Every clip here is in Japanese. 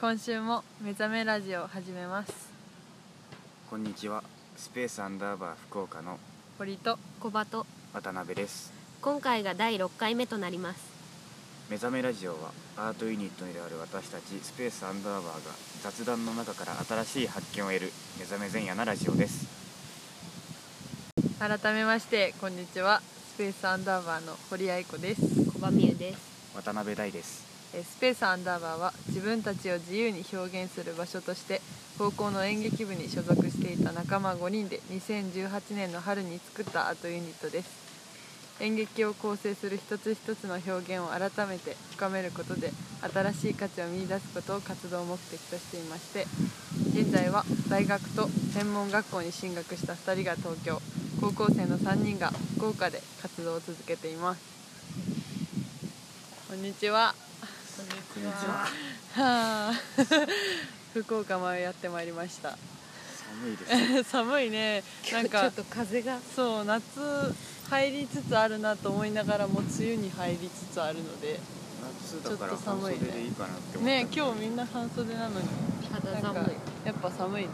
今週も目覚めラジオを始めますこんにちはスペースアンダーバー福岡の堀と小バト渡辺です今回が第6回目となります目覚めラジオはアートユニットである私たちスペースアンダーバーが雑談の中から新しい発見を得る目覚め前夜なラジオです改めましてこんにちはスペースアンダーバーの堀愛子です小バ美優です渡辺大ですえースペースアンダーバーは自分たちを自由に表現する場所として高校の演劇部に所属していた仲間5人で2018年の春に作ったアートユニットです演劇を構成する一つ一つの表現を改めて深めることで新しい価値を見出すことを活動目的としていまして現在は大学と専門学校に進学した2人が東京高校生の3人が福岡で活動を続けていますこんにちはこんにちははあ 福岡までやってまいりました 寒いです寒いねなんちょかっと風がそう夏入りつつあるなと思いながらも梅雨に入りつつあるので夏だから半袖でいいかなって思ったね今日みんな半袖なのに肌なんか寒いやっぱ寒いね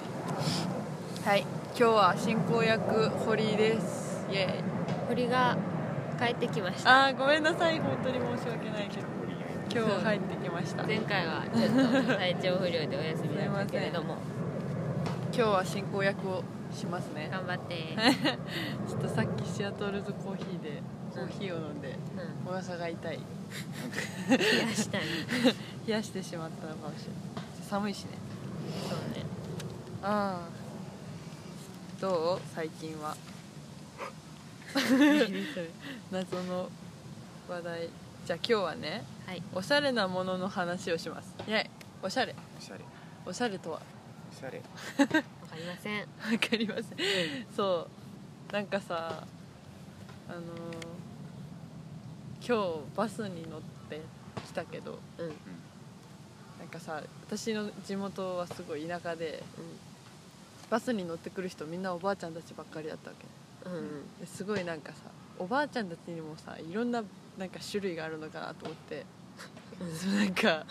はい今日は進行役堀井ですイエーイ鳥が帰ってきましたあーごめんなさい本当に申し訳ないけど折り合い今日入ってきました前回はちょっと体調不良でお休みだったけれども今日は進行役をしますね頑張って、ちょっとさっきシアトルズコーヒーでコーヒーを飲んでうお腹が痛いん、冷やしたり冷やしてしまったのかもしれない寒いしねそうねああどう最近は謎の話題じゃあ今日はねはいおしゃれなものの話をしますイェイおしゃれおしゃれおしゃれとはおしゃれわかりませんわかりませんそうなんかさあのー今日バスに乗ってきたけどうんうんなんかさ私の地元はすごい田舎でバスに乗ってくる人みんなおばあちゃんたちばっかりだったわけうんですごいなんかさおばあちゃんたちにもさいろんななんか種類があるのかなと思ってうんそう なんか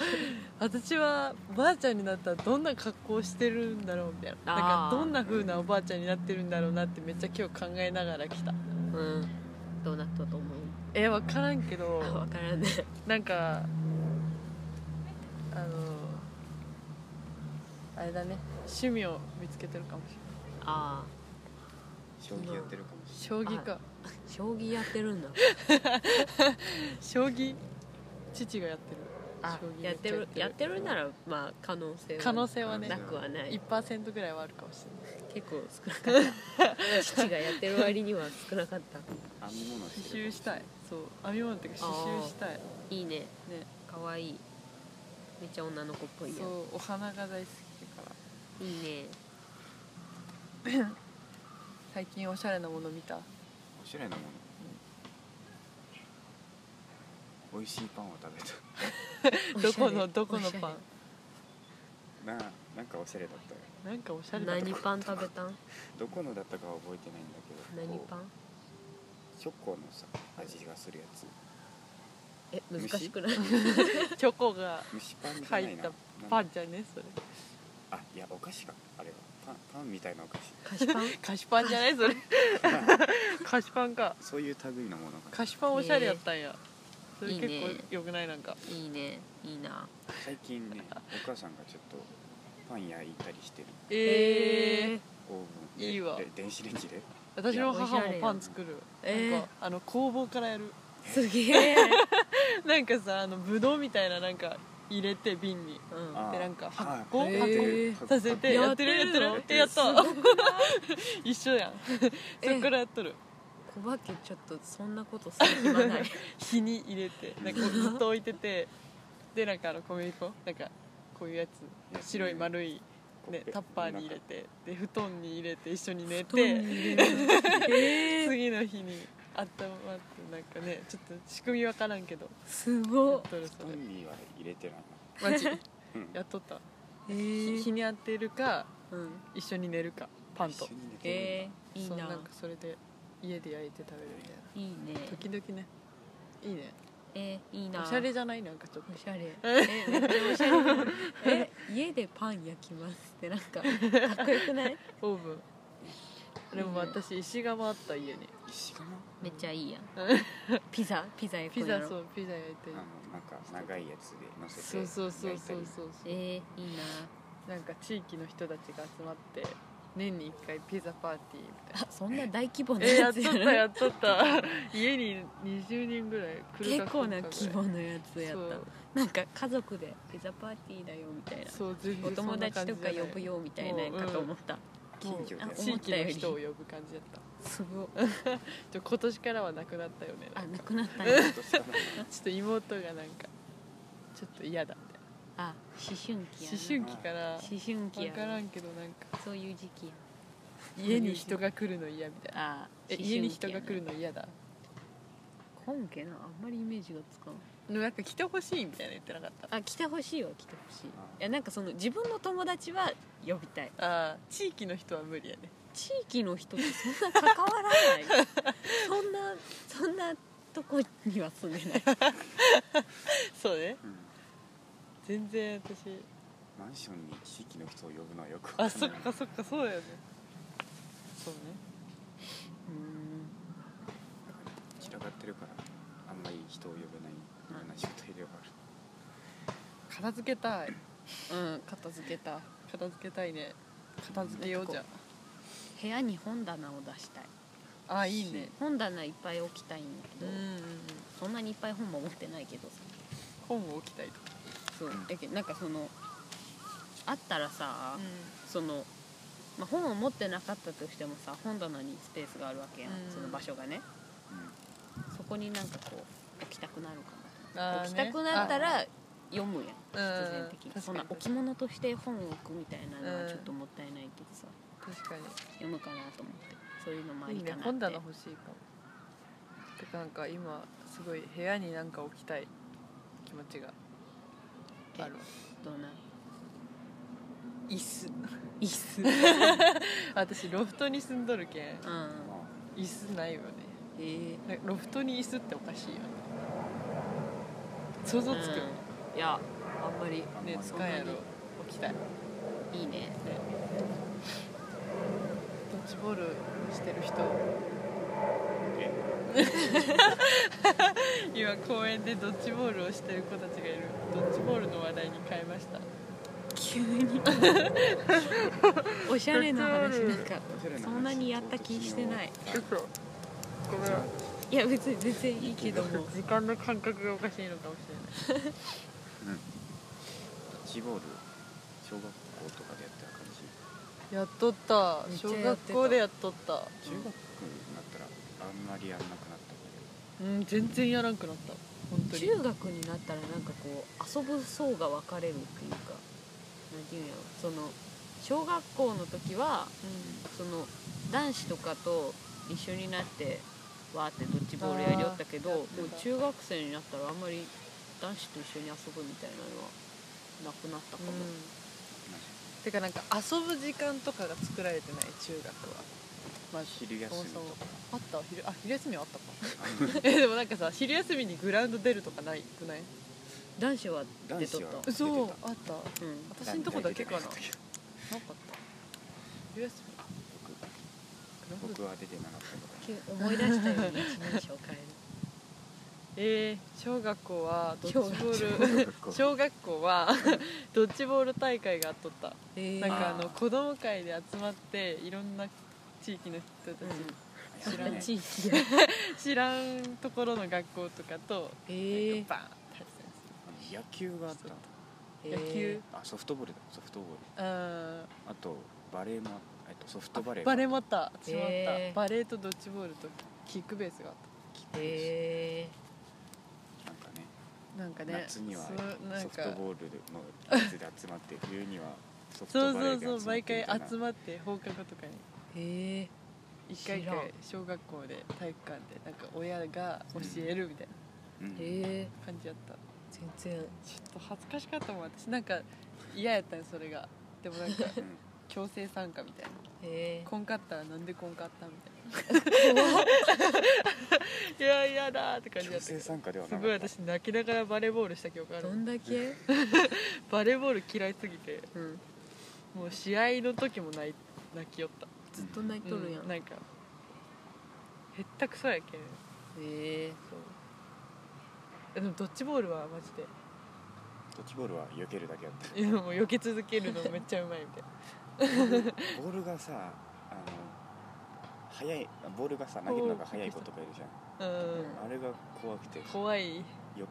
私はおばあちゃんになったらどんな格好してるんだろうみたいななんかあーどんな風なおばあちゃんになってるんだろうなってめっちゃ今日考えながら来たうんどうなったと思え分からんけ うどわからんねなんかあのあれだね趣味を見つけてるかもしれないああ将棋やってるかもし将棋か将棋やってるんだ将棋父がやってるあ将棋やってるやってるならまあ可能性は可能性はねなくはない1%ぐらいはあるかもしれない結構少なかった父がやってる割には少なかったれない編み物してる刺繍したいそう編み物っていうかあー刺繍したいいいねねかわいいめっちゃ女の子っぽいやそうお花が大好きだからんいいね最近おしゃれなもの見たおしゃれなもの美味しいパンを食べたどこのどこのパななんかおしゃれだったよンなんかおしゃおしゃれれだ何パン食べたんどこのだったかは覚えてないんだけど何こうパンチョコのさ味がするやつえ難しくない チョコが蒸しパンじゃないな入っパンンじゃねそれあいやお菓子かあれはパンパンみたいなお菓子菓子パン菓子パンじゃない それ菓子パンかそういう類のものかな菓子パンおしゃれやったんやそれいい結ね構よくないなんかいいねいいな最近ねお母さんがちょっとパン焼いたりしてるええオーブンでいいわで電子レンジで私の母いやおしゃもれやパン作るえなんーかあの工房からやるすげえなんかさあのブドウみたいななんか入れて瓶にうんあーでなんか発あ酵ー発えーさせてややっっててるるやってるやってるやったわ 一緒やんそっからやっとる小化けちょっとそんなことする暇 ない火に入れてなんか こうずっと置いててでなんかあの小麦粉なんかこういうやつ白い丸い、ね、タッパーに入れてで布団に入れて一緒に寝布団てに入れるえー次の日に温まってなんかねちょっと仕組みわからんけど すやごっっとるそパれンには入れてないマジな、うんやっとったえ日ー日に当てるかうん一緒に寝るかパンと一緒に寝てるんだえーいいそうなんかそれで家で焼いて食べるみたいないいね時々ねいいねえーいいなおしゃれじゃないなんかちょっとおしゃれえめっちゃおしゃれえ家でパン焼きますってなんかかっこよくないオーブンでも私石窯あった家に石窯めっちゃいいやんピザピザ焼ピくのやザろそうピザ焼いたありのなんか長いやつで乗せてそうそうそうそう焼いたそうえー、いいなんか地域の人たちが集まって年に1回ピザパーティーみたいなあそんな大規模ななえややっつとっやた ろやっとった 家に20人ぐらい来る結か構な来るか規模のやつぐらいやったなんか家族でピザパーティーだよみたいなそうそう全お然そ友んな感達じじとかゃない呼ぶよみたいなもうかと思った、近所であやつ地思った域よのり人を呼ぶ感じやったすごいちょ今年からはなくなったよねあなくなったねちょっとし たなちょっと妹がなんかちょっと嫌だみたいあ思春期やなな思春期から思春期分やからなんけどなんかそういう時期や家に人が来るの嫌みたいなあえ思春期や家なに人が来るの嫌だ本家なあんまりイメージがつかんでもなんか来てほしいみたいな言ってなかったあ来てほしいわ来てほしいいあやなんかその自分の友達は呼びたいああ地域の人は無理やね地域の人ってそんな関わらない そんなそんなとこには住んでないそうねうん全然私マンションに地域の人を呼ぶのはよくわかんなあいそっかそっかそうだよねそうねうん散らかってるからあんまり人を呼べないような状態ではある片付けたいうん片付けた片付けたいね片付けようじゃ部屋に本棚を出したいああいいね本棚いっぱい置きたいんだけうんど、うんうんそんなにいっぱい本も持ってないけどさ本を置きたいとそううんだけどなんかそのあったらさ、かその、まあ、本を持ってなかったとしてもさ本棚にスペースがあるわけやん、うんその場所がねそこになんかこう置きたくなるかな、あーね置きたくなったら読うんむやん必然的に確かにそんな置物として本を置くみたいなのはちょっともったいないけどさ、確かに読むかなと思ってそういうのもあいりいねかな本って棚欲しいかもてかなんか今すごい部屋になんか置きたい気持ちがあるわどんな椅子椅子 私ロフトに住んどるけんううんんま椅子ないよねえーなんかロフトに椅子っておかしいよね想像つく、うんいやあんまりあねあんまり使えやろ置きたいい いねドッジボールしてる人え今公園でドッジボールをしてる子たちがいるドッジボールの話題に変えました急におしゃれな話なんか おしゃれな話そんなにやった気してない嘘ごめんいや別に全然いいけども時間の感覚がおかしいのかもしれないうんチボール小学校とかでやった感じやっとっためっち小ゃや学ってた校でやっとった中学になったらあんまりやんなくなったけどうん全然やらんくなった本当に中学になったらなんかこう遊ぶ層が分かれるっていうかなんていうんやろその小学校の時はその男子とかと一緒になってわーってドッジボールやりよったけどあーもう中学生になったらあんまり男子と一緒に遊ぶみたいなのはなくなったかうも、んてかなんか遊ぶ時間とかが作られてない中学はまあ昼休みとかあった昼あ昼休みはあったか えでもなんかさ昼休みにグラウンド出るとかないくない男子は出男と子ったは嘘出てたあったうん私のとこだけかなな出かってたけど昼休みグラウンド僕僕は出てなかったから急思い出したように一人称変えるえー、小学校はドッジボール小学 校小学校はドッジボール大会があっとったえなんかあーあの子供会で集まっていろんな地域の人たち、知らない地域や知らんところの学校とかとえなんーかバーンってやあの野球があったのつやつ野球あソフトボールだソフトボールああとバレーもあえっとソフトバレーバレーももあった私もあった、えーバレーとドッジボールとキックベースがあっえなんかねたなんかね夏にはそうなんソフかトボールのやつで集まって冬にはソフそトうバレそーうでそう毎回集まってみたいな集まって放課後とかにー、え一回一知らん回小学校で体育館でなんか親が教えるみたいうんー、えな感じやった全ち然ょっと恥ずかしかったもん私なんか嫌やったねそれがでも なんかうん強制参加みたいなえこんかったらなんでこんかったみ たいないやいやだーって感じだ強ったけ制どす参加ではなかごいった私泣きながらバレーボールした記憶あー、るどんだけバレーボール嫌いすぎてうん、もう試合の時も泣い泣きよったずっと泣いとるやん、うへなんかへったくそやけんえそうえでもドッジボールはマジでドッジボールは避けるだ けだったいやもう避け続けるのめっちゃうまいみたいなボールがさあの速いボールがさ投げるのが速い子とかいるじゃん うんあれが怖くて避怖い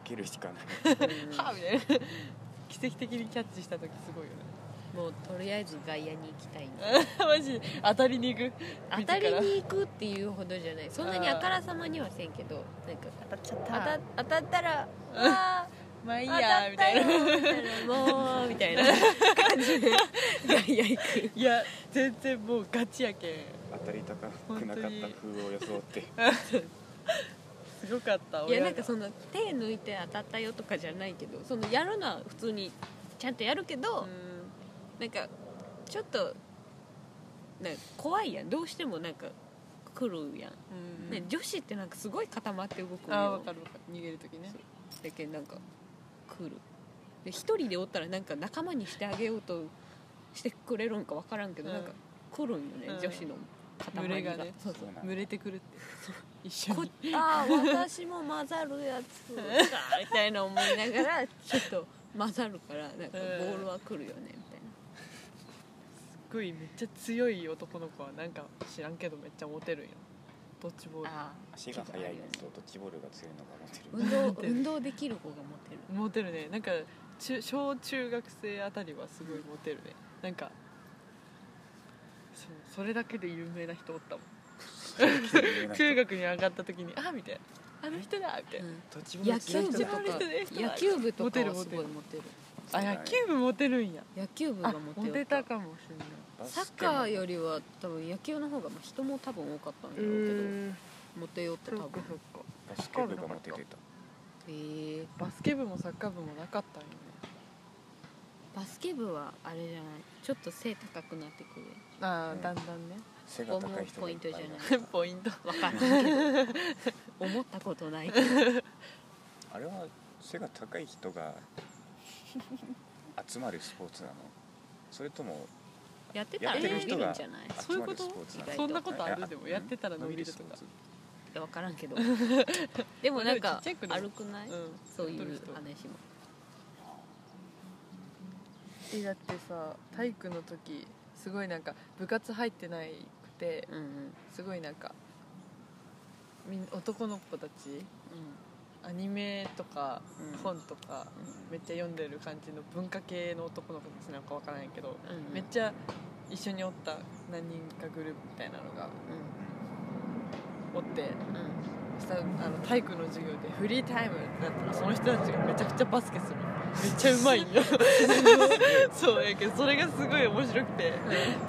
けるしかないはあみたいな 奇跡的にキャッチした時すごいよね もうとりあえず外野に行き たいねマジで当たりに行く当たりに行くっていうほどじゃないそんなにあからさまにはせんけどなんか当たっちゃっ当た当たったら「あまあいーい当たやっみたたよいな」みたいな「もう」みたいな感 じで外野行くいや全然もうガチやけん当たり高くなかった風を装ってすごかったいや親がなんかその手抜いて当たったよとかじゃないけどそのやるのは普通にちゃんとやるけど、うんなんかちょっとなんか怖いやんどうしてもなんか来るやん、うんね、女子ってなんかすごい固まって動くあわよかるわかる逃げる時ねだけどなんか来るで一人でおったらなんか仲間にしてあげようとしてくれるんか分からんけど、うんなんか来るんよね、うん女子の塊群れががねそうそうそうなん群れてくるって一緒こにあー私も混ざるやつかみたいな思いながらちょっと混ざるからなんかボールは来るよねみたいなすっごいめっちゃ強い男の子はなんか知らんけどめっちゃモテるんやドッジボールあー足が速いのとドッジボールが強いのが持てる運動運動できる子がモテるモテるねなんか中小中学生あたりはすごいモテるねなんかそうそれだけで有名な人おったもん 中学に上がった時に「あみたいな「あの人だ」みたいな、ドッジボー野ル強球い部人とだか野球部の人モ野球部とかはすテるごいモテるモテるあ野球部モテるんや野球部があモテモよテたかもしれないサッカーよりりは多分野球の方がまあ人も多分多かったんだろうけどうモテよってそ多っか分そっかバスケ部がモテてたへえバスケ部もサッカー部もなかったんよねバスケ部はあれじゃないちょっと背高くなって くるああ、うんだんだんね 背が高い人がいっぱいいポイントじゃないたポイントわかんないけど思ったこと ないけどあれは背が高い人が集まるスポーツなのそれともやってたらや伸るってび人るがんじゃないそういうこと集まるスポーツなの意外そんなことあるでもうんやってたら伸びるとスポーかツ分からんけど でもなんかちっちゃい子でも悪くない、うんそういうやっと話る人もえだってさ体育の時すごいなんか部活入ってないくてうんうんうんすごいなんかみん男の子たちアニメとかうん本とかめっちゃ読んでる感じの文化系の男の子たちなんかわからないけどうんうんめっちゃ一緒におった何人かグループみたいなのがおってうんうんさあの体育の授業でフリータイムってなったらその人たちがめちゃくちゃバスケするめっちゃう まいんよ そうやけどそれがすごい面白くて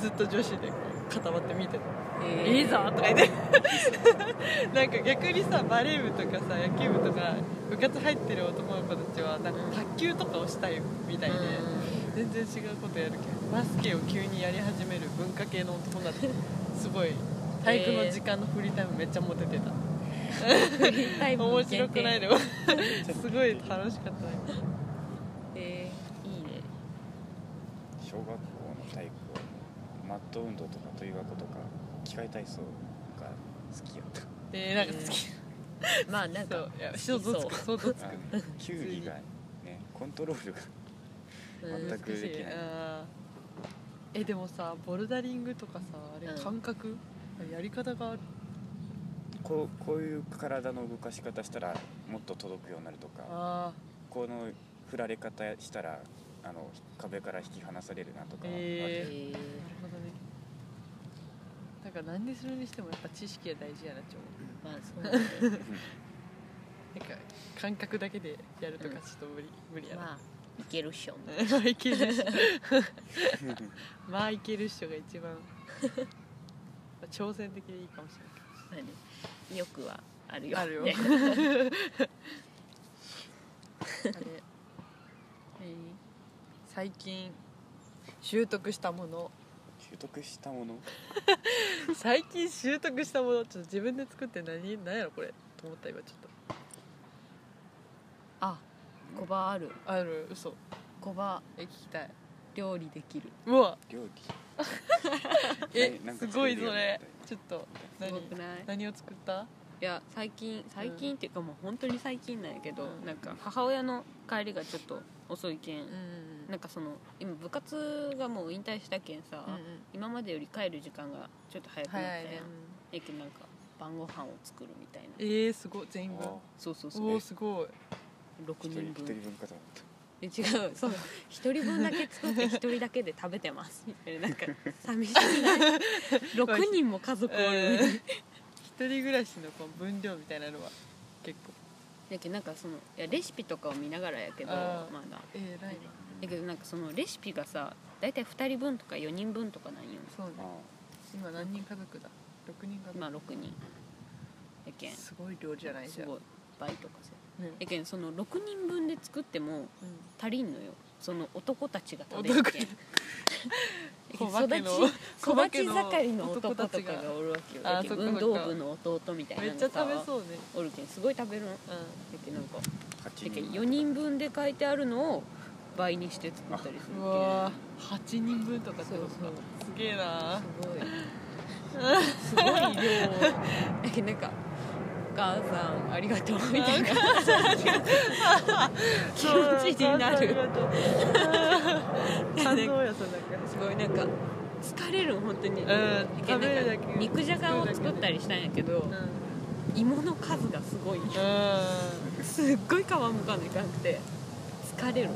ずっと女子でこう固まって見てた「いいぞ!」とか言って なんか逆にさバレー部とかさ野球部とか部活入ってる男の子たちはなんか卓球とかをしたいみたいで全然違うことやるけどバスケを急にやり始める文化系の男たちすごい体育の時間のフリータイムめっちゃモテてたフリータイム面白くないでももすごい楽しかったねえーいいね小学校の体育はマット運動とかという学とか機械体操が好きやったえー、なんか好きまあなんそかういや想像つく想像つくあの球技がねコントロールがうん全くできないうんえでもさボルダリングとかさあれうん感覚、やり方があるこうこういう体の動かし方したらもっと届くようになるとかあこの振られ方したらあの壁から引き離されるなとか、へえーーなるほどねなんか何にするにしてもやっぱ知識が大事やなって思うーまあそうだねなんか感覚だけでやるとかちょっと無理、無理やな、まあいけるっしょまあ、いけるっしょまあいけるっしょが一番まあ挑戦的でいいかもしれないけどまあねよくはあるよあるよねあれ最近習得したもの習得したもの最近習得したものちょっと自分で作って何何やろこれと思った今ちょっあ小バあるとある嘘コバえ聞きたい料理できるうわ料理えななんすかご作いれるそよれねちょっとす何ごくない何を作ったいや最近最近っていうかもう本当に最近なんやけど、うんなんか母親の帰りがちょっと遅いけん、んなんかその今部活がもう引退したけんさ、うん今までより帰る時間がちょっと早くなった早やいん、ねやけんなんか晩ご飯を作るみたいえなー、すごい全員分あそうそうおそうおすごい一人6人一人分分かと思っえ違う そう1人分だけ作って1人だけで食べてますみたいな なんか寂しくない6 人も家族おるうん一人暮らしのこの分量みたいなのは結構やけんなんかそのいやレシピとかを見ながらやけどあーまだえらいなだけどなんかそのレシピがさ大体2人分とか4人分とかなんよそうねたあ今何人家族だ6人家族、まあ6人やけんすすごい量じゃないじゃんごい倍とかさねやけんその6人分で作ってもう足りんのよその男たちが食べるけん 男小化け育ちの小化け鉢の盛りの男男とたかちががおるわけよあーやけんそっかそっ運か動部の弟みたいん、なめっのちゃ食べさそうねおるけんすごい食べるのやうけんなんか8やけん人4人分で書いてあるのを倍にして作ったりするけんうんわー8人分とかってことかそうそうすげえなすごいすごい量 えなんか「お母さんありがとう」みたいな気持ちにな る 感動やそれだすごいなんか疲れる本当に、んな食んべるだかけ肉じゃがを作ったりしたんやけど、うんうん芋の数がすごいはすっごい皮むかないかんくて疲れる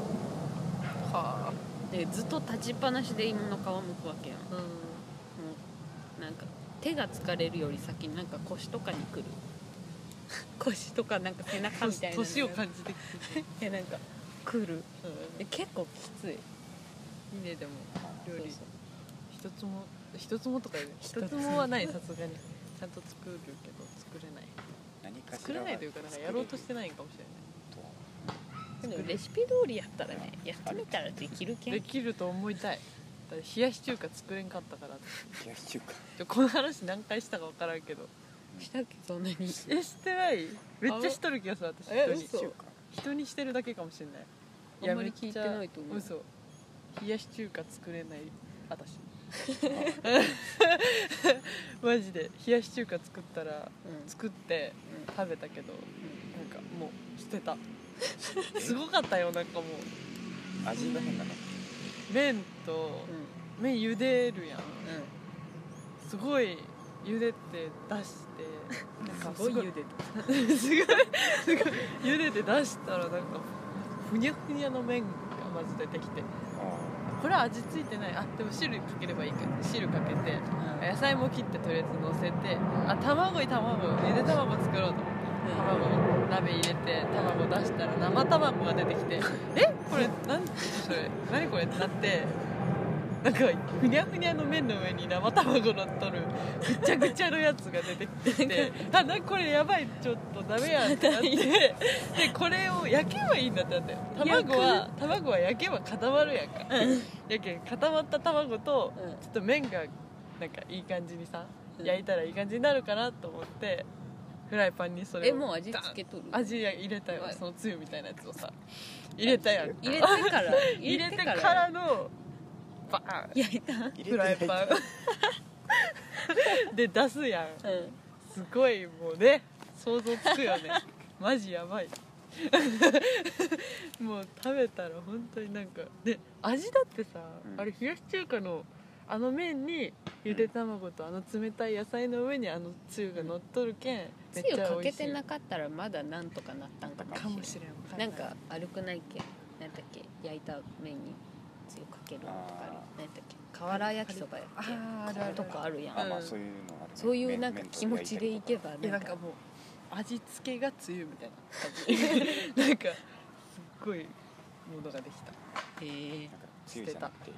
あでずっと立ちっぱなしで芋の皮むくわけやんもうんうなんか手が疲れるより先になんか腰とかに くる腰とかなんか背中みたいな年をか感じてきてるなんかくるうんで結構きついいいねでも料理一そうそうつも一つもとか言う一つ一つもはないさすがにちゃんと作るけど作れない 何かしらは作れないというかなんかやろうとしてないんかもしれとはでもレシピ通りやったらねやってみたらできるけんないできると思いたいだから冷やし中華作れんかったから冷やし中華ちょこの話何回したか分からんけどしたっけそんなに えしてないめっちゃしとる気がする私え人に嘘中華人にしてるだけかもしれないあんまり聞いてないと思うやめっちゃ嘘冷やし中華作れない私マジで冷やし中華作ったらうん作ってうん食べたけどなんかもう捨てたすごかったよなんかもう味が変だな麺とう麺茹でるやんんうんすごい茹でて出してなんかすごい茹ですごいすごい茹でて出したらなんかふにゃふにゃの麺がまず出てきてあこれは味付いてないあでも汁かければいいか汁かけて野菜も切ってとりあえず乗せてあ卵に卵ゆで卵作ろうと思って卵鍋入れて卵出したら生卵が出てき て「えこれ何それ何これ?」ってなってなんかふにゃふにゃの麺の上に生卵のっとるぐちゃぐちゃのやつが出てきてて「あ なんかこれやばいちょっとダメや」ってな ってでこれを焼けばいいんだってなって卵は卵は焼けば固まるやんかやけん固まった卵とうんちょっと麺がなんかいい感じにさうん焼いたらいい感じになるかなと思ってフライパンにそれえをもう味付けとる味入れたよはいそのつゆみたいなやつをさ入れたやん入れてから入れてからのバー焼いたうんーンフライパンで出すやんすごいもうね想像つくよねマジやばいもう食べたら本当になんかね味だってさ、うんあれ冷やし中華のあの麺にゆで卵とあの冷たい野菜の上にあのつゆが乗っとるけん、めつっゆちゃか美け味していなかったらまだなんとかなったんかもかもししれんわれらんなんかあるくないっけなんだっけ焼いた麺につゆかけるとかああるなんだっけ瓦焼きそばやっあーあるけあるとかあるやあんまあそういうのあるねそういう麺なんか麺と気持ちでいけばいやななんんかかもう味付けがつゆみたいな感じな んかすっごいものができたへえなんかつゆじゃなくて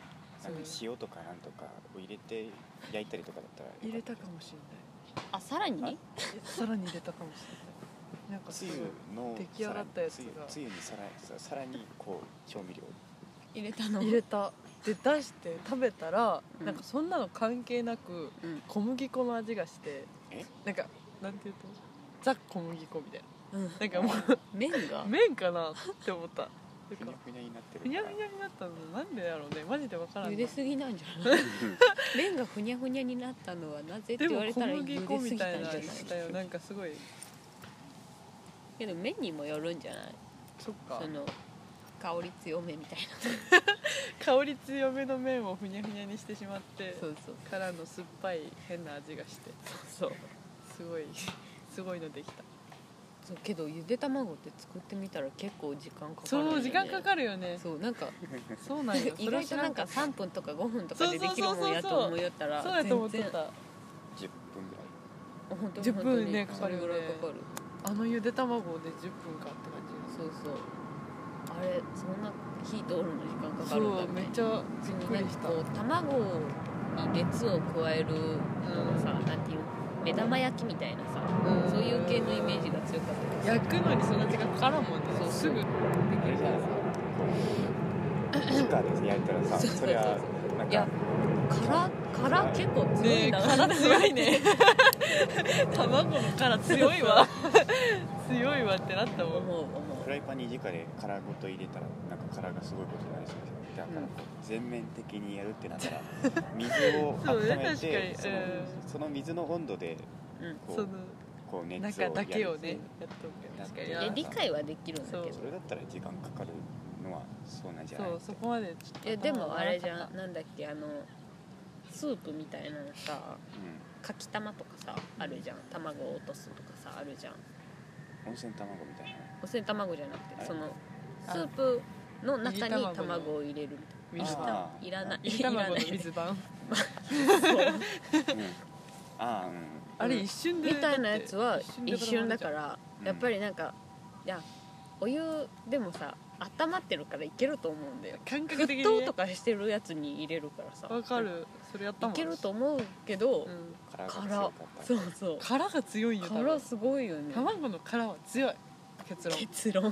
なんか塩とかなんとかを入れて焼いたりとかだったらよかった入れたかもしれあさらあにないさらに入れたかもしれないなんかつすゆごいの出来上がったやつさらにがつゆつゆにさらさらにこう調味料入れたの入れたで出して食べたら、うんなんかそんなの関係なくうん小麦粉の味がしてえなんかなんていうとザ小麦粉みたいなうんなんかもう麺が麺かなって思ったてふかにゃふにゃになってるふにゃふにゃになったのなんでだろうねマジでわからんな茹いですぎなんじゃない麺がふにゃふにゃになったのはなぜってで言もわれ小たら麦粉茹ですみぎたたいんじなゃあなれいしたよなんかすごいけど麺にもよるんじゃないそっかその香り強めみたい香り強めの麺をふにゃふにゃにしてしまってなそうそうからの酸っぱい変な味がしてそうすごい すごいのできたそうけどゆで卵って作ってみたら結構時間かかるよそうね時間かかるよねそうなんかそうなんよ 意外となんかそれ3分とか5分とかでできるそうそうそうそうもんやと思いよったらは知らんかったそうやと思って全然た10分ぐらい本当に10本当に分ねかかるよねそれぐらいかかるあのゆで卵で10分かって感じそうそうあれそんな火通るの時間かかそるんだうめっちゃびっくりしたなんかこう卵に熱を加えるうんさなんていう目玉焼きみたいなさうんそういう系のイメージが強かったけど焼くのにそんな時間かからんもんねそうすぐできるからさ時間ですねやったらさそうそうそうそりゃなんいやか殻殻結構強ねいえな、殻強い ね卵の殻強いわ 強いわってなったも思んう思フライパンに直で殻ごと入れたらなんか殻がすごいことになりそうですだからうん全面的にやるってなっ たら水をそうね温めて確そかにうのんその水の温度でう、うんこそうのこう熱を中だけをねややるっとく確かいにいやや理解はできるんだけどそそれだったら時間かかるのはそうなんじゃないそうそこまでちょっといやでもあれじ頭ゃんなんだっけあのスープみたいなのさうかきたまとかさあるじゃん卵を落とすとかさあるじゃんん、温泉卵みたいなおせん卵じゃなくてはいそのあスープの中に煮卵卵を入れる水い玉あーいらない水いらない卵の水版そううんああうんあれ一瞬でみたいなやつだはって一瞬だかでらうんやっぱりなんかいやお湯でもさ温まってるからいけると思うんだよ感覚的沸に騰ねとかしてるやつに入れるからさわかるそれやったいもんけると思うけど、うん殻が強殻かったそうそう殻が強いよ多分殻すごいよね卵の殻は強い結論結論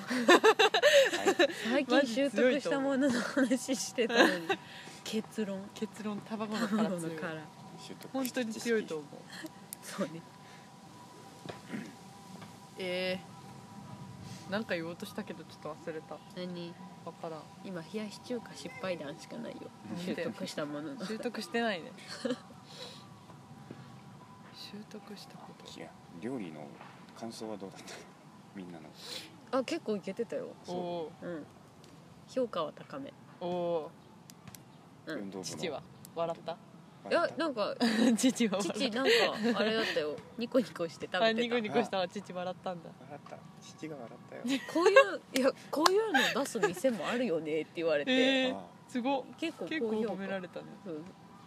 最マ近ジ習強い得しと思たうものの話してたのに 結論結論卵の殻卵強のい殻本当に強いと思思うそうねえー、なんか言おうとしたけどちょっと忘れた何わからん今冷やし中華失敗談しかないようん習得したものの習得して ないね習得したこといや料理の感想はどうだったみんなのあ結構いけてたよそうおうん評価は高めーおうん運動部ーの父は笑ったいやなんか 父は父笑ったなんかあれだったよ ニコニコして食あべニてコたニコしたわ父笑ったんだ笑った父が笑ったよこういういやこういうの出す店もあるよねって言われて、えーあすごっ結構結構高評価褒められたねそう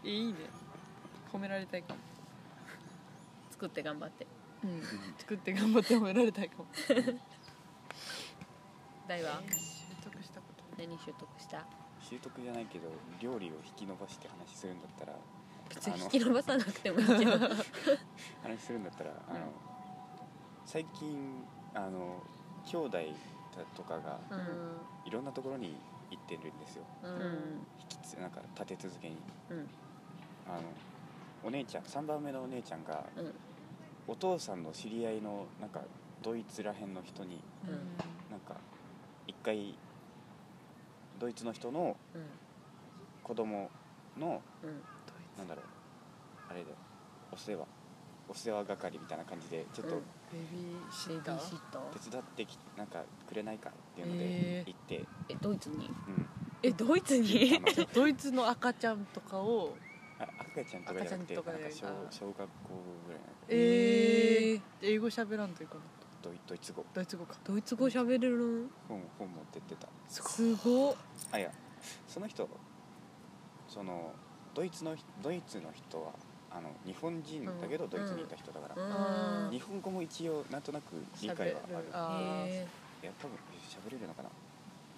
えいいね褒められたいかも、作って頑張ってうん、作って頑張って褒められたい かも大は習得したこと何習得した習得じゃないけど料理を引き伸ばして話するんだったら別あにの引き伸ばさなく てもいいけど話するんだったらあの、うん最近あの兄弟だとかがういろんなところに行ってるんですよんううんん引きつなんか立て続けにうんあのお姉ちゃん3番目のお姉ちゃんがうんお父さんの知り合いのなんかドイツらへんの人にうんなんか一回ドイツの人のうん子供のうんなんだろうあれだよお世話お世話係みたいな感じでちょっうとんベビーシベビッターシーッター手伝ってきなんかくれないかっていうのへでー行って、えドイツにうんえドイツにあのドイツの赤ちゃんとかをあ赤ちゃんとかじゃなくて赤ちゃんとかなんかで小あ小学校ぐらいのええー、英語喋らんといかんのドイドイツ語ドイツ語かドイツ語喋れるの本本持ってってたすごっあいやその人そのドイツのドイツの人はあの日本人だけどドイツにいた人だから、あー日本語も一応なんとなく理解はある喋るあーへいや多分喋れるのかな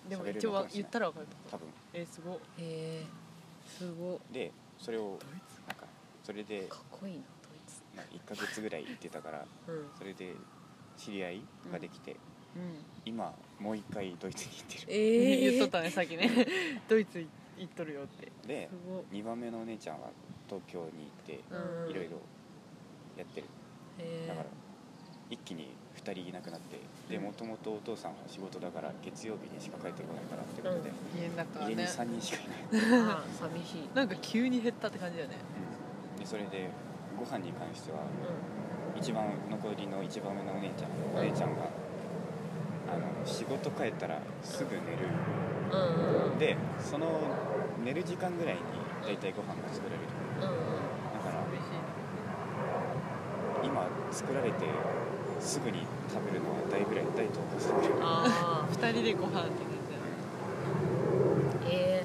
でも喋れる一応のかはもし言れないったらわかるってこと多分えー、すごっえへえすごいでそれをドイツなんかそれでかっこいいなドイツまあ1ヶ月ぐらい行ってたからうんそれで知り合いができて、うん今もう一回ドイツに行ってるええ 言っとったねさっ きねドイツ行っとるよってですごい2番目のお姉ちゃんは東京に行ってうんいろいろやってるへえだから一気に2 2人いなくなってでもともとお父さんは仕事だから月曜日にしか帰ってこないからってことで、家の中は家にね3人しかいない、 あー寂しい、なんか急に減ったって感じだよねうんでそれでご飯に関してはう一番残りの一番目のお姉ちゃんお姉ちゃんがあの仕事帰ったらすぐ寝るん、うんうんうんでその寝る時間ぐらいに大体ご飯が作られるうんだから嬉し今作られてすぐに食べるのはだいぶだいと思すうんあい2人でご飯って言ってたよねあえ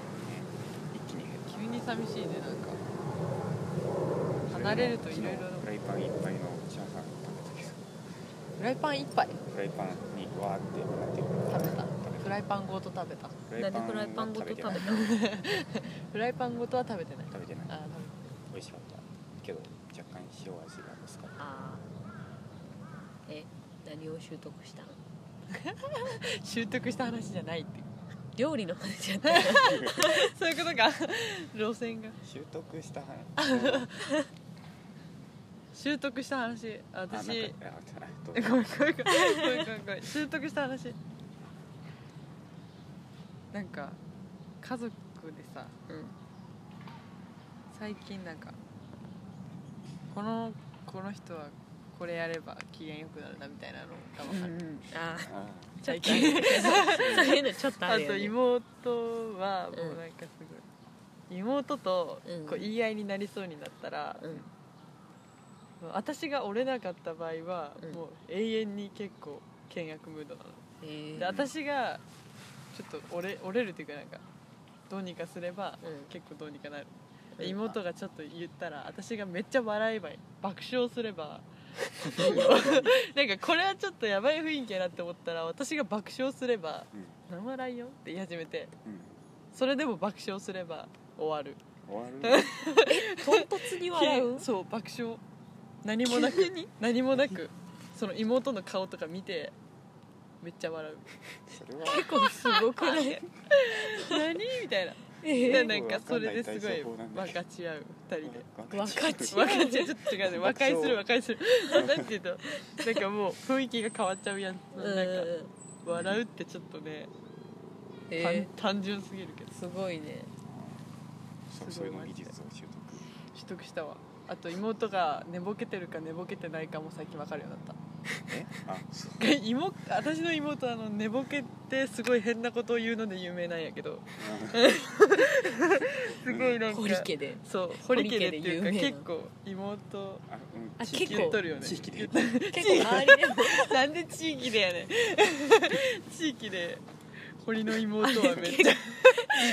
一気に減る急に寂しいねなんか離れるといろいろ昨日フライパンいっぱいのチャーハン食べたけフライパン1杯どフライパンにわーってなってる食べたフライパンごと食べたフー、なんでフライパンごと食べたはのフライパンごとは食べてない食べてないあー美味しかったけど若干塩味が薄かったあーえ何を習得したの食べて習得した話じゃないって料理の話やったよ そういうことか路線が習得した話あ習得した話なんか私あじゃないどごめうんぞごめんごめんごめんごめんごめん習得した話なんか家族でさうん最近なんかこのこの人はこれやれば機嫌よくなるなみたいなのが分かる、ああーちょ最っとあ近るそういうのちょっとああるよ、ね、と妹はもうなんかすごい、妹とうんこう言い合いになりそうになったら、うん私が折れなかった場合は、うんもう永遠に結構険悪ムードなの、えでー、私がちょっと折れ折れるというかなんかどうにかすればうん結構どうにかなる、でうん妹がちょっと言ったら私がめっちゃ笑えばいい爆笑すれ ばなんかこれはちょっとやばい雰囲気やなって思ったら私が爆笑すればう「ん何笑いよ」って言い始めてうんそれでも爆笑すれば終わる終わる唐突に笑うけそう爆笑何もなく何もなくその妹の顔とか見てめっちゃ笑うそれは結構すごくない 何みたいなえでーなんかそれですごいよくわか分んない対処法なんだけどかち合う二人で分かち分かち合うちょっと違うね和爆笑解する和解するなんていうのなんかもう雰囲気が変わっちゃうやんうなんかん笑うってちょっとね、え単ー、単純すぎるけどすごいねそうすそごういいうの技術を習得取得したわあと妹が寝ぼけてるか寝ぼけてないかも最近分かるようになっえあそうた 妹私の妹あの寝ぼけてすごい変なことを言うので有名なんやけどすごいなんか堀家でそう堀家でっていうか堀家で有名結な構妹あうんあ地域結構言っとるよね地域で言っとる結構 周りでもなんで地域でや ねん地域で堀の妹はめっちゃ時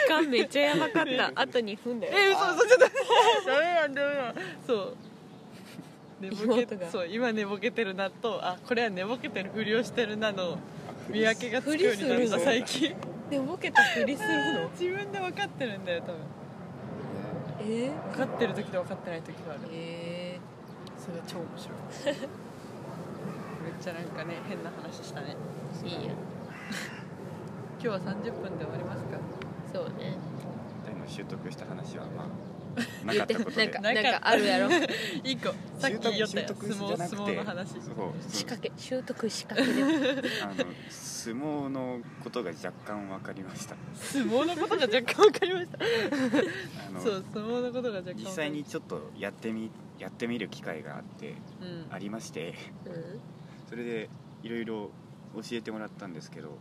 間めっちゃやばかったあと2分だよ え嘘嘘ちょっと ダメやんダメやんそう寝ぼけ妹がそう今寝ぼけてるなとあこれは寝ぼけてるふりをしてるなのあフリ見ー分けがつくようになふっりすたる最の近でもボケたふりするの自分で分かってるんだよ多分えー、分かってる時と分かってない時があるえそれが超面白い めっちゃなんかね変な話したねー、いいや今日は30分で終わりますかそうねでも習得した話はまあなかったことでなんかななんんかかある やろいい子さっき言ったよ相撲相撲の話そう仕そう掛け習得仕掛けであの相撲のことが若干わかりました相撲のことが若干分かりましたあのそう相撲のことが若干分かりました実際にちょっとやってみやってみる機会があってうんありましてうんそれでいろいろ教えてもらったんですけど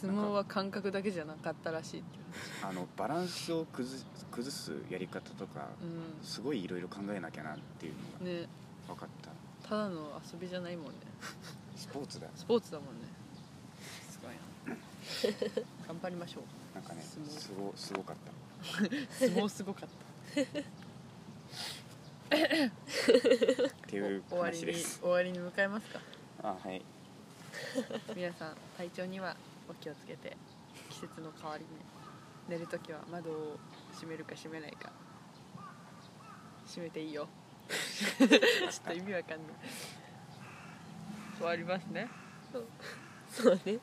相撲は感覚だけじゃなかったらしいってあのバランスを崩す崩すやり方とかうすごいいろいろ考えなきゃなっていうのんねが分かったただの遊びじゃないもんねスポーツだスポーツだもんねすごいな 頑張りましょうなんかね相撲すごすごかった相撲すごかっってたいうお終わり話にです終わりに向かいますかあはい皆さん体調にはお気をつけて季節の変わり目寝るときは窓を閉めるか閉めないか閉めていいよ ちょっと意味わかんない終わりますねそうねそうね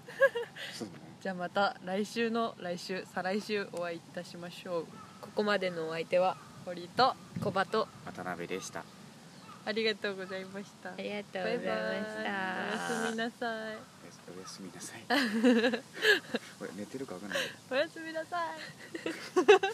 じゃあまた来週の来週再来週お会いいたしましょうここまでのお相手は堀とコバと渡辺でしたありがとうございましたありがとうバイございバイましたおやすみなさいおやすみなさい俺寝てるか分かんないおやすみなさい